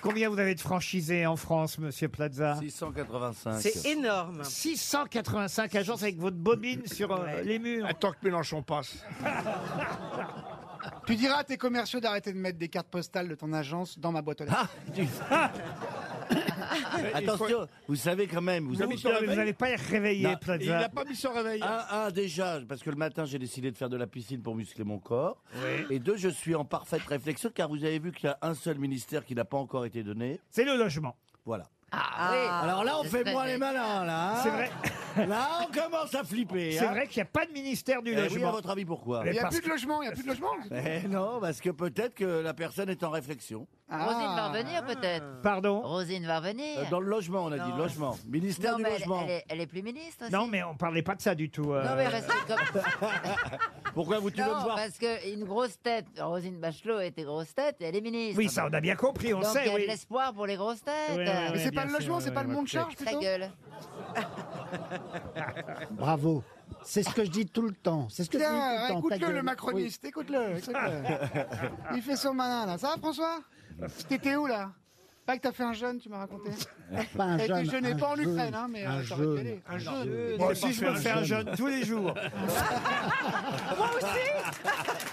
Combien vous avez de franchisés en France, monsieur Plaza 685. C'est énorme. 685 agences avec votre bobine sur euh, les murs. Ah, Tant que Mélenchon passe. Tu diras à tes commerciaux d'arrêter de mettre des cartes postales de ton agence dans ma boîte aux Ah, lettres. Attention, vous savez quand même, vous Vous avez n'allez pas y réveiller, Non, Plaza. Il n'a pas mis son réveil. Ah. un, un, déjà, parce que le matin j'ai décidé de faire de la piscine pour muscler mon corps. Et deux, je suis en parfaite réflexion car vous avez vu qu'il y a un seul ministère qui n'a pas encore été donné. C'est le logement. Voilà. Ah, Alors là, on fait moins les malins, là. hein. C'est vrai, Là, on commence à flipper. c'est hein. vrai qu'il n'y a pas de ministère du Eh oui, à logement. votre avis, pourquoi Mais Il n'y a parce plus de logement, il n'y a plus de logement. Eh non, parce que peut-être que la personne est en réflexion. Ah. Rosine va revenir peut-être. Pardon Rosine va revenir. Ah. Euh, Dans le logement, on a dit, logement. Ministère Non, du mais elle, logement. elle est, elle est plus ministre aussi. Non, mais on parlait pas de ça du tout. euh. Ah, Non, mais restez comme. Pourquoi vous, tu veux me non, voir parce qu'une grosse tête, Rosine Bachelot était grosse tête et elle est ministre. Oui, ça, on a bien compris, on Donc il sait, y a oui. de l'espoir pour les grosses têtes. Ouais, ouais, Mais ouais. c'est bien pas le sûr, logement, c'est ouais, pas le ouais, monde charge Ta plutôt gueule. Bravo. C'est ce que je dis tout le temps. C'est ce que je dis tout Tiens, le temps. ta écoute-le gueule. le macroniste, écoute-le. écoute-le. Il fait son malin là. Ça va François T'étais où là Pas que t'as fait un jeune, tu m'as raconté. Oui, pas un T'as été jeune, jeûné, un pas en jeune, Ukraine, hein, mais un euh, t'aurais pu y aller. jeune. Un jeune. Moi aussi, je me fais un jeune tous les jours. Moi aussi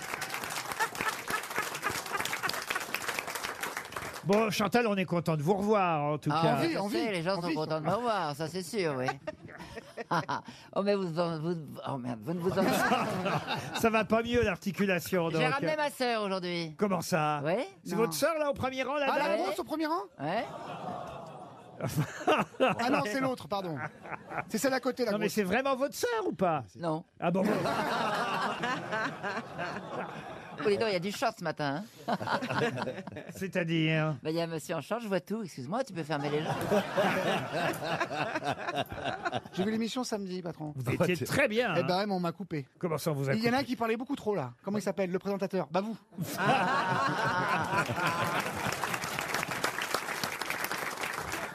Bon, Chantal, on est content de vous revoir, en tout Ah, cas. envie, je envie, sais, les gens sont envie, contents de me voir, ça c'est sûr, oui. oh, mais vous, en- vous, oh, merde, vous ne vous en... Ça va pas mieux, l'articulation. J'ai donc. ramené ma sœur aujourd'hui. Ah Comment ça Oui C'est votre sœur, là, au premier rang, la Ah, la dame Ouais. grosse au premier rang Ouais. Ah non, c'est l'autre, pardon. C'est celle à côté, la Non, mais grosse. c'est vraiment votre sœur ou pas Non. Ah bon Oh, dis donc, il y a du short ce matin. hein. C'est-à-dire Bah, Il y a un monsieur en short, je vois tout. Excuse-moi, tu peux fermer les gens. J'ai vu l'émission samedi, patron. Vous étiez très bien. Eh hein. ben, on m'a coupé. Comment ça, on vous a Il y en coupé a un qui parlait beaucoup trop là. Comment il s'appelle Le présentateur Bah vous.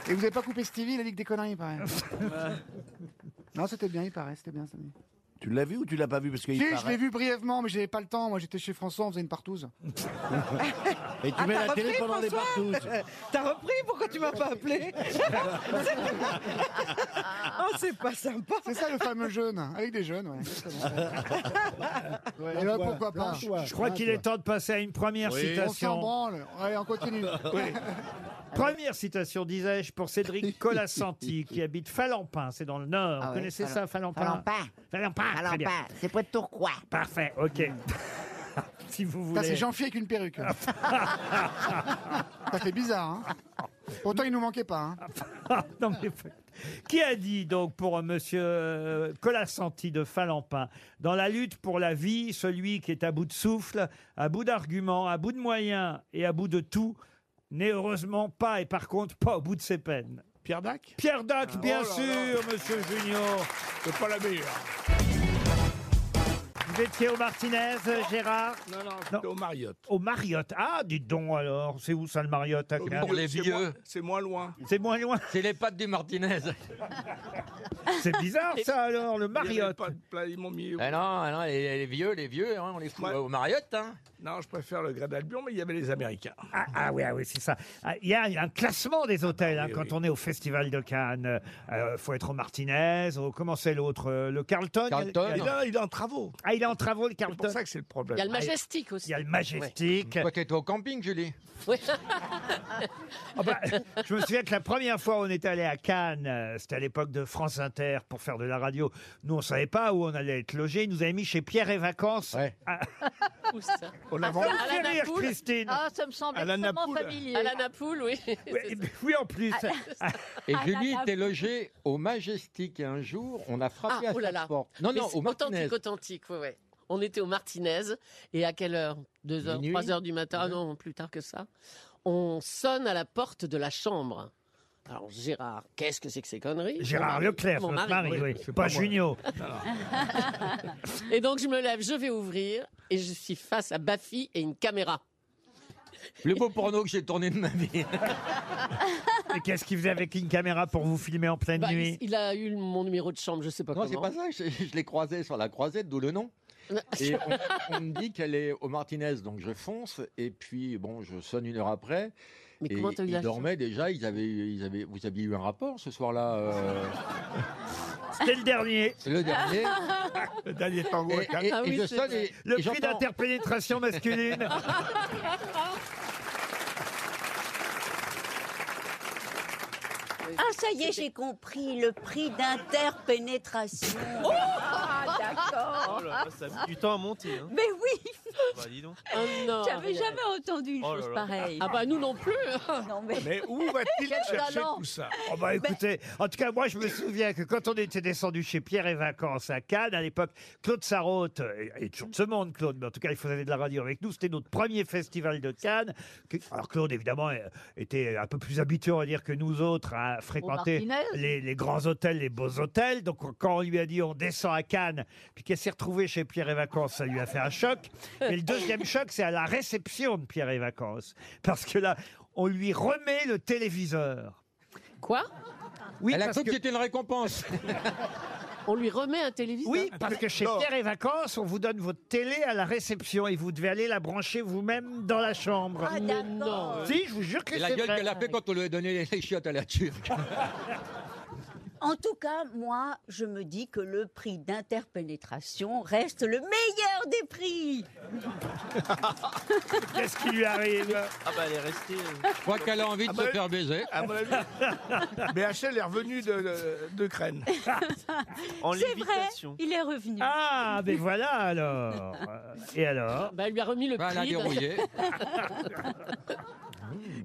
Et vous avez pas coupé Stevie, la Ligue des conneries, il paraît. non, c'était bien, il paraît, c'était bien samedi. Tu l'as vu ou tu l'as pas vu parce qu'il Si, je paraît- l'ai vu brièvement, mais j'avais pas le temps. Moi, j'étais chez François, on faisait une partouze. Et Ah, tu mets t'as la télé repris, pendant les François partout. T'as repris Pourquoi tu m'as pas appelé Oh, c'est pas sympa. C'est ça le fameux jeune, avec des jeunes, ouais. exactement. Et là, pourquoi pas Lâche-toi, Je crois qu'il est lâche-toi. temps de passer à une première Ah, On s'en citation. branle. Allez, on continue. Première citation, disais-je, pour Cédric Colasanti, qui habite Falampin, c'est dans le Nord. Ah Vous oui, connaissez Fal- ça, Falampin Falampin. Falampin, très Alors, bien. pas, c'est près de Tourcoing. Parfait, ok. si vous Putain, voulez. c'est jean philippe avec une perruque. ça fait bizarre, hein Pourtant, il nous manquait pas, hein Ah, Non, mais- Qui a dit donc pour euh, Monsieur euh, Colasanti de Falampin, dans la lutte pour la vie, celui qui est à bout de souffle, à bout d'arguments, à bout de moyens et à bout de tout, n'est heureusement pas et par contre pas au bout de ses peines. Pierre Dac Pierre Dac, bien Oh là sûr, Monsieur Junior. C'est pas la meilleure. Vous étiez au Martinez, euh, Gérard Non, non, c'était au Marriott. Au Marriott. Ah, dites donc alors, c'est où ça le Marriott à Cannes Pour les C'est vieux. moins- C'est moins loin. C'est moins loin. C'est les pattes du Martinez. C'est bizarre ça alors, le Il y avait Marriott. pas de plat, Ils m'ont mis. Ah non, ah non les, les vieux, les vieux, hein, on les fout Ouais. euh, au Marriott. Hein. Non, je préfère le Grade Albion, mais il y avait les Américains. Ah, ah oui, ah oui, c'est ça. Ah, Il y a un classement des hôtels hein, Ah, oui, quand oui. on est au Festival de Cannes. Euh, faut être au Martinez, au, comment c'est l'autre euh, Le Carlton. il y a- Carlton. Ah il y a- Il est, il est en travaux. ah, il est en travaux, le C'est pour Carlton. ça que c'est le problème. Il y a le Majestic Il aussi. y a le Majestic. Toi, t'étais au camping, Julie. Ah bah, je me souviens que la première fois où on est allé à Cannes, euh, c'était à l'époque de France Inter pour faire de la radio. Nous, on savait pas où on allait être logé. Ils nous avaient mis chez Pierre et Vacances. Ouais. Ah, Où ça On a vendu. ça me fait rire, Christine. Ah, ça me semble À la extrêmement Napoule. familier. À la Napoule, oui. oui, oui, en plus. Et Ah, Julie là, là, était logée au Majestic. Et un jour, on a frappé Ah, à oh là sa là. porte. Non, Mais non, c'est au Martinez. Authentique, authentique, oui, oui. On était au Martinez, et à quelle heure 2 heures, Minuit 3 heures du matin, ah non, plus tard que ça. On sonne à la porte de la chambre. Alors Gérard, qu'est-ce que c'est que ces conneries Gérard Leclerc, Mon notre mari, mari, oui. oui. c'est Pas, pas moi. Junio. Et donc je me lève, je vais ouvrir, et je suis face à Baffy et une caméra. Le beau porno que j'ai tourné de ma vie. Et qu'est-ce qu'il faisait avec une caméra pour vous filmer en pleine Bah, nuit il, il a eu mon numéro de chambre, je sais pas Non, c'est comment. pas ça. Je, je l'ai croisé sur la croisette, d'où le nom. Et on, on me dit qu'elle est au Martinez, donc je fonce. Et puis, bon, je sonne une heure après. Mais et comment t'as eu la Ils dormaient déjà, ils avaient, eu- ils avaient, vous aviez eu un rapport ce soir-là euh, C'était le dernier. C'est le dernier. Le dernier tango. Et, et- Ah et oui, je c'est sonne vrai. et, Le prix et j'entends- d'interpénétration masculine. Ah, ça y est, j'ai compris. Le prix d'interpénétration. ah, d'accord. Oh là là, ça a mis du temps à monter. Hein. Mais Ben oui, Bah, dis donc. Oh non. j'avais jamais entendu une Oh là chose là. pareille. Ah bah nous non plus. non, mais... Mais où va-t-il Quel chercher talent. tout ça Oh bah écoutez, en tout cas moi je me souviens que quand on était descendu chez Pierre et Vacances à Cannes, à l'époque, Claude Sarraute, et- et toujours de ce monde Claude, mais en tout cas il faisait de la radio avec nous, c'était notre premier festival de Cannes. Que- Alors Claude évidemment euh, était un peu plus habitué on va dire que nous autres à fréquenter Martinez. les, les grands hôtels, les beaux hôtels. Donc quand on lui a dit on descend à Cannes, puis qu'elle s'est retrouvée chez Pierre et Vacances, ça lui a fait un choc. Mais le deuxième choc c'est à la réception de Pierre et Vacances, parce que là on lui remet le téléviseur. Quoi Oui, Elle a parce cru que que- c'était une récompense. On lui remet un téléviseur oui, parce que chez Non. Pierre et Vacances, on vous donne votre télé à la réception et vous devez aller la brancher vous-même dans la chambre. Ah, d'accord. si, je vous jure que Et la c'est gueule vrai. qu'elle a fait quand on lui a donné les- les chiottes à la turque. En tout cas, moi, je me dis que le prix d'interpénétration reste le meilleur des prix. Qu'est-ce qui lui arrive Ah bah elle est restée. euh, Je crois qu'elle a envie de Ah bah, se ben, faire baiser. À mon avis. BHL est revenu de, de, de Crène. En C'est vrai, lévitation. il est revenu. Ah, mais voilà alors. Euh, Et alors Bah elle lui a remis le ben, Bah, elle a prix. dérouillé.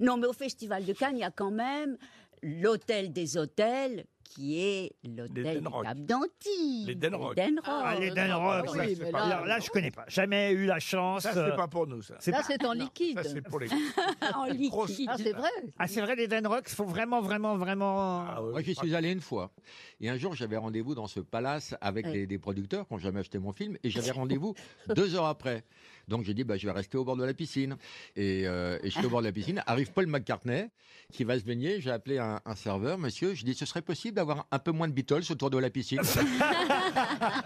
Non, mais au Festival de Cannes, il y a quand même l'hôtel des hôtels qui est l'hôtel Den Rock. d'Étape d'Antilles. Les Den Rock. Den Rock. Ah, Allez, Dan non, Oh, Rock, non, ça, oui, c'est mais Ah. pas- là- Alors là, je connais pas. Jamais eu la chance. Ça, euh, c'est pas pour nous, ça. c'est Là, pas- c'est en Ça, c'est liquide. pour les. en liquide. Ah, c'est vrai. Ah, c'est vrai, les Dan Rock font vraiment, vraiment, vraiment. Ah, Moi, ouais. j'y suis allé une fois. Et un jour, j'avais rendez-vous dans ce palace avec Ouais. des, des producteurs qui n'ont jamais acheté mon film. Et j'avais rendez-vous deux heures après. Donc, j'ai dit, bah, je vais rester au bord de la piscine. Et, euh, et je suis au bord de la piscine. Arrive Paul McCartney qui va se baigner. J'ai appelé un, un serveur. Monsieur, je dis, ce serait possible d'avoir un peu moins de Beatles autour de la piscine.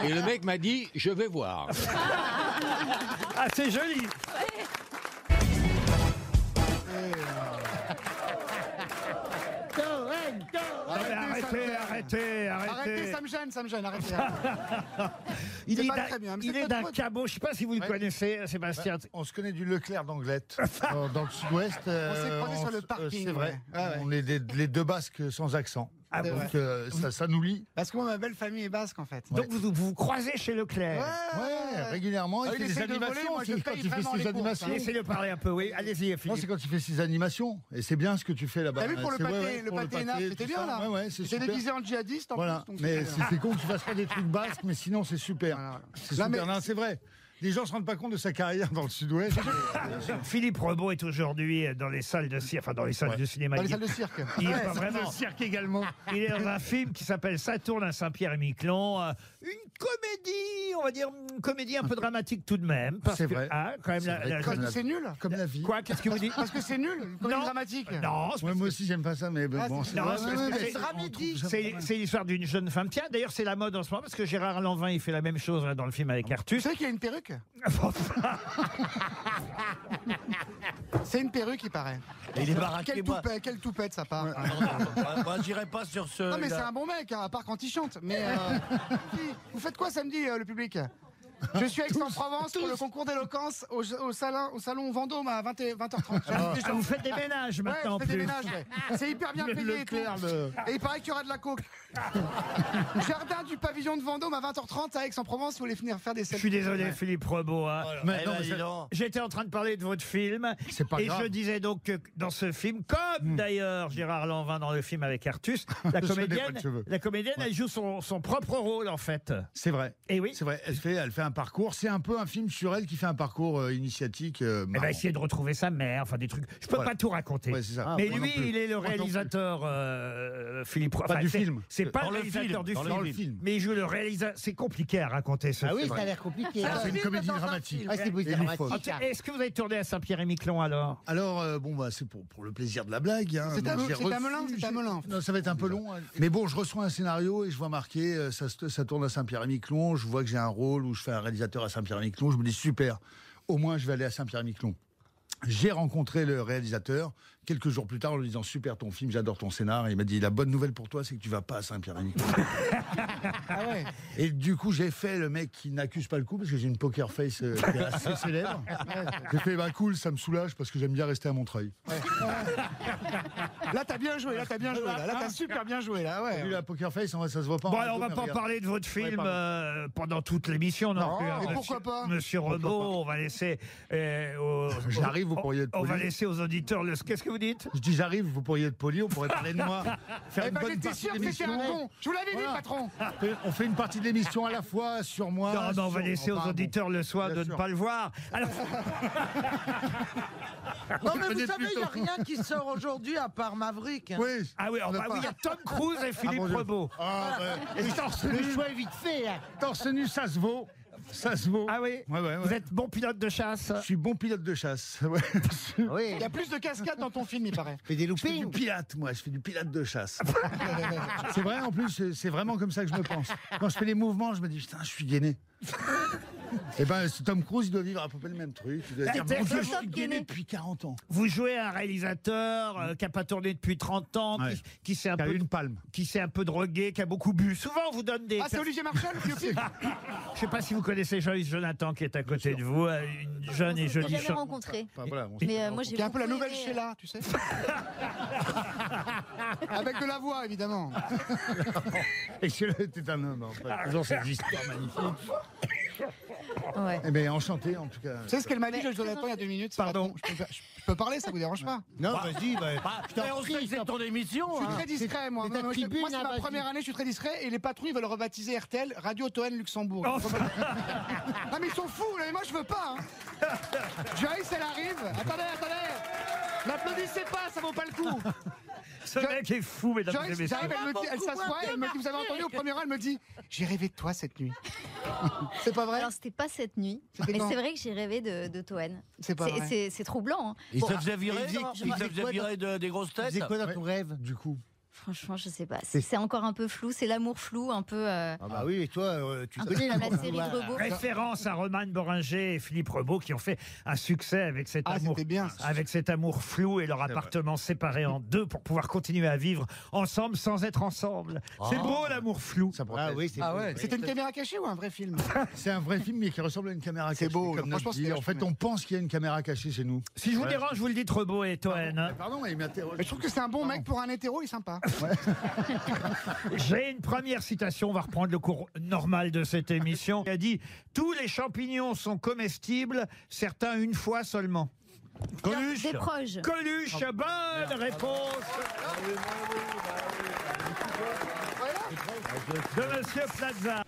et le mec m'a dit, je vais voir. Ah, c'est joli. Non, mais arrêtez, arrêtez, Arrêtez, arrêtez. ça me gêne, ça me gêne, arrêtez. Il C'est est pas d'un- très bien, mais il c'est est notre d'un faute. cabot. Je sais pas si vous le Ouais. connaissez, Sébastien. On se connaît du Leclerc d'Anglette, dans, dans le sud-ouest. euh, croisés on sur le s- euh, parking, C'est vrai. ouais. Ouais, ouais. On est des- les deux Basques sans accent. Ah bon Donc euh, ça, ça nous lie. Parce que moi, ma belle famille est basque, en fait. Donc vous, vous vous croisez chez Leclerc. Ouais, régulièrement. Ah, il il fait des essaye de voler, animations. moi, je c'est paye quand il fait vraiment les ses courses, animations. hein. Laissez-le parler un peu, oui. Allez-y, Non, Philippe. c'est quand il fait ses animations. Et c'est bien ce que tu fais là-bas. T'as vu pour le Ah bah, C'est- ouais, pâté, ouais, le pour pâté pâté, nard, c'était tout bien ça. là. Ouais, ouais, c'est J'étais super. déguisé en djihadiste en Voilà, plus. donc mais c'était c'est bien. c'est con que tu fasses pas des trucs basques, mais sinon c'est super. Voilà. C'est Non, super, mais- non, c'est vrai. Les gens se rendent pas compte de sa carrière dans le sud-ouest. Philippe Rebaud est aujourd'hui euh, dans les salles de cirque, enfin dans les salles de cinéma. Dans les Il- salles de cirque. Il est Ouais, pas c'est vraiment. le cirque également. Il est dans un film qui s'appelle Ça tourne à Saint-Pierre-et-Miquelon. Euh, Une comédie, on va dire, une comédie un peu dramatique tout de même. parce C'est que- vrai. Ah, quand même. C'est la- vrai, la- quand Parce que c'est nul. Comme la vie. Quoi Qu'est-ce que vous dites Parce que c'est nul, une comédie Non. dramatique. Non, c'est Ouais, parce moi que- aussi j'aime pas ça, mais bon, Ah, Eh ben bon, c'est- non, vrai. c'est Ouais, parce ouais, que mais c'est on trouve dramatique. jamais c'est mal. c'est l'histoire d'une jeune femme. Tiens, d'ailleurs, c'est la mode en ce moment parce que Gérard Lanvin, il fait la même chose là, dans le film Ah avec Tu Artus. sais qu'il y a une perruque C'est une perruque, il paraît. Et il est baraqué, Quelle moi. toupette, quelle toupette ça part. Moi, moi, Bah, j'irai pas sur ce. Euh, Non, mais c'est là. un bon mec, hein, à part quand il chante. Mais euh, dis, vous faites quoi samedi, euh, le public je suis à Aix-en-Provence pour le concours d'éloquence au, au salon, au salon Vendôme à 20 20h30. J'invite des Ah, gens. vous faites des ménages Ouais, maintenant je en fais des plus. ménages, ouais. C'est hyper bien Le payé et tout. Leclerc, le- Et il paraît qu'il y aura de la coke. Jardin du pavillon de Vendôme à 20h30 à Aix-en-Provence, vous voulez finir faire des Je selfies. suis désolé, Philippe Rebaud. hein. Mais Eh non, ben, mais dis ça- donc. J'étais en train de parler de votre film. Oh C'est pas et grave. Hmm. je disais donc que dans ce film, comme d'ailleurs Gérard Lanvin dans le film avec Artus, la Je n'ai pas de comédienne, cheveux. la comédienne elle joue son, son propre rôle en fait. C'est vrai. Et oui. C'est vrai, elle fait, elle fait un parcours. C'est un peu un film sur elle qui fait un parcours euh, initiatique. euh, Elle marrant. va Eh ben, essayer de retrouver sa mère, enfin des trucs. Je peux Voilà. pas tout raconter. Ouais, c'est ça. Ah, Mais Moi non lui, plus. il est le Moi non plus. réalisateur euh, Philippe. Pas du c'est- film. c'est- C'est pas Dans le le réalisateur film, du dans film, le film. mais il joue le réalisateur. C'est compliqué à raconter ce Ah oui, film. ça a l'air compliqué. hein. Ah, c'est une comédie dramatique. Ah, c'est une comédie Et il faut- dramatique. Ah, Est-ce que vous avez tourné à Saint-Pierre-et-Miquelon alors Alors, euh, bon, bah, c'est pour, pour le plaisir de la blague. hein. C'est à- Donc, j'ai c'est à reçu- Melun, j'ai- Non, ça va être un peu long. hein. Mais bon, je reçois un scénario et je vois marqué, euh, ça, se- ça tourne à Saint-Pierre-et-Miquelon. Je vois que j'ai un rôle où je fais un réalisateur à Saint-Pierre-et-Miquelon. Je me dis, super, au moins je vais aller à Saint-Pierre-et-Miquelon. J'ai rencontré le réalisateur quelques jours plus tard en lui disant Super ton film, j'adore ton scénar. Et il m'a dit La bonne nouvelle pour toi, c'est que tu vas pas à Saint-Pierre-et-Miquelon. Ah Et du coup, j'ai fait le mec qui n'accuse pas le coup parce que j'ai une poker face euh, qui est assez célèbre. J'ai fait Bah cool, ça me soulage parce que j'aime bien rester à Montreuil. Là, t'as bien joué, là, t'as bien joué. Là, là t'as super bien joué, là, ouais. Vu la poker face, en vrai, ça se voit pas. en Bon, radio, alors, on va mais pas regarde. parler de votre Ouais, film pardon. euh, pendant toute l'émission, non, Non, plus, hein, monsieur- mais pourquoi pas Monsieur Pourquoi Rebaud, pas on va laisser. euh, aux- J'arrive, vous on- pourriez être On va poli. laisser aux auditeurs le. Qu'est-ce que vous dites Je dis J'arrive, vous pourriez être poli, on pourrait parler de moi. Faire Eh une ben, bonne j'étais partie sûr de que c'était un l'émission. con. Je vous l'avais dit, patron. On fait une partie de l'émission à la fois sur moi. Non, mais on va Ah, sur- laisser enfin, aux bon. auditeurs le soin Bien de ne sûr. pas le voir. Alors, Non, mais vous Venez savez, il n'y a plutôt. rien qui sort aujourd'hui à part Maverick. hein. Oui. Ah oui, oh, On bah n'a oui, il y pas. a Tom Cruise et Philippe Ah, mon Dieu. Rebaud. Ah, bah, et torse nu. Le choix est vite fait, là. Torse nu, ça se vaut. Ça se vaut. Ah oui Vous êtes bon pilote de chasse Je suis bon pilote de chasse. ouais. Oui. Il y a plus de cascades dans ton film, il paraît. Fais des Je fais du loopings. pilate, moi, je fais du pilate de chasse. c'est vrai, en plus, c'est- c'est vraiment comme ça que je me pense. Quand je fais les mouvements, je me dis, putain, je suis gainé. Et ben, ce Tom Cruise, il doit vivre à peu près le même truc. Il doit se dire, C'est mon Dieu, je exactement suis gainé gainé. depuis 40 ans. Vous jouez un réalisateur euh, qui n'a pas tourné depuis 30 ans, qui- Ouais. qui, s'est un Qui a peu eu une palme. qui s'est un peu drogué, qui a beaucoup bu. Souvent, on vous donne des. Ah, c'est Olivier Marchal, le vieux type Je sais pas si vous connaissez Joyce Jonathan qui est à côté de vous, euh, une jeune et jolie jamais chan- rencontré. Enfin, bah, voilà, on Mais s'est- euh, moi, j'ai Qui est un peu la beaucoup nouvelle aimé, Sheila, tu sais. Avec de la voix, évidemment. Et celui-là était un homme, en Ah, fait. Toujours ces histoires magnifiques. euh, ouais. Eh bien, enchanté, en tout cas. Tu sais ce qu'elle m'a dit, je dois attendre il y a deux minutes. Pardon. Je peux, je peux parler, ça vous dérange pas Non, vas-y, bah, Ah, je t'en Mais on sait prie, que c'est ton émission. Oh, Je suis hein. très discret, moi. c'est ta Non, non, je- tribune, moi, c'est là, ma vas-y. première année, je suis très discret. Et les patrons, ils veulent rebaptiser RTL Radio Toen Luxembourg. non, mais ils sont fous, là, mais moi, je veux pas. hein. Joyce, elle arrive. Attendez, attendez. N'applaudissez pas, ça vaut pas le coup. Ce mec est fou, mesdames et Joyce, messieurs. j'arrive, elle, me dit- elle s'assoit, elle me dit Vous avez entendu au premier rang, elle me dit J'ai rêvé de toi cette nuit. c'est pas vrai Alors, c'était pas cette nuit, C'était mais quand c'est vrai que j'ai rêvé de, de Toen. C'est pas vrai. c'est- C'est troublant. hein. Il Bon, se faisait virer, il faisait- non il Il se faisait faisait quoi virer de- des grosses têtes. C'est quoi dans ton rêve, du coup Franchement, je sais pas. C'est c'est encore un peu flou. C'est l'amour flou, un peu. euh, Ah bah oui, et toi, euh, tu Un peu connais comme la la série de Rebaud. Référence à Roman Boringer et Philippe Rebaud qui ont fait un succès avec cet, Ah, Ah, amour, avec cet amour flou et leur appartement séparé en deux pour pouvoir continuer à vivre ensemble sans être ensemble. C'est Ah. beau l'amour flou. Ah oui, c'est Ah beau. ouais. C'était une caméra cachée ou un vrai film C'est un vrai film, mais qui ressemble à une caméra cachée. C'est beau, comme franchement, notre c'était vie. En vachement fait, on pense qu'il y a une caméra cachée chez nous. Si je vous Ouais. Ah dérange, vous le dites Rebaud et Toen. hein. Pardon, mais il m'interroge. Je trouve que c'est un bon mec pour un hétéro, il est sympa. J'ai une première citation, on va reprendre le cours normal de cette émission. Il a dit Tous les champignons sont comestibles, certains une fois seulement. Coluche. Des proches. Coluche, Ah, bonne réponse bah bah de Monsieur Plaza.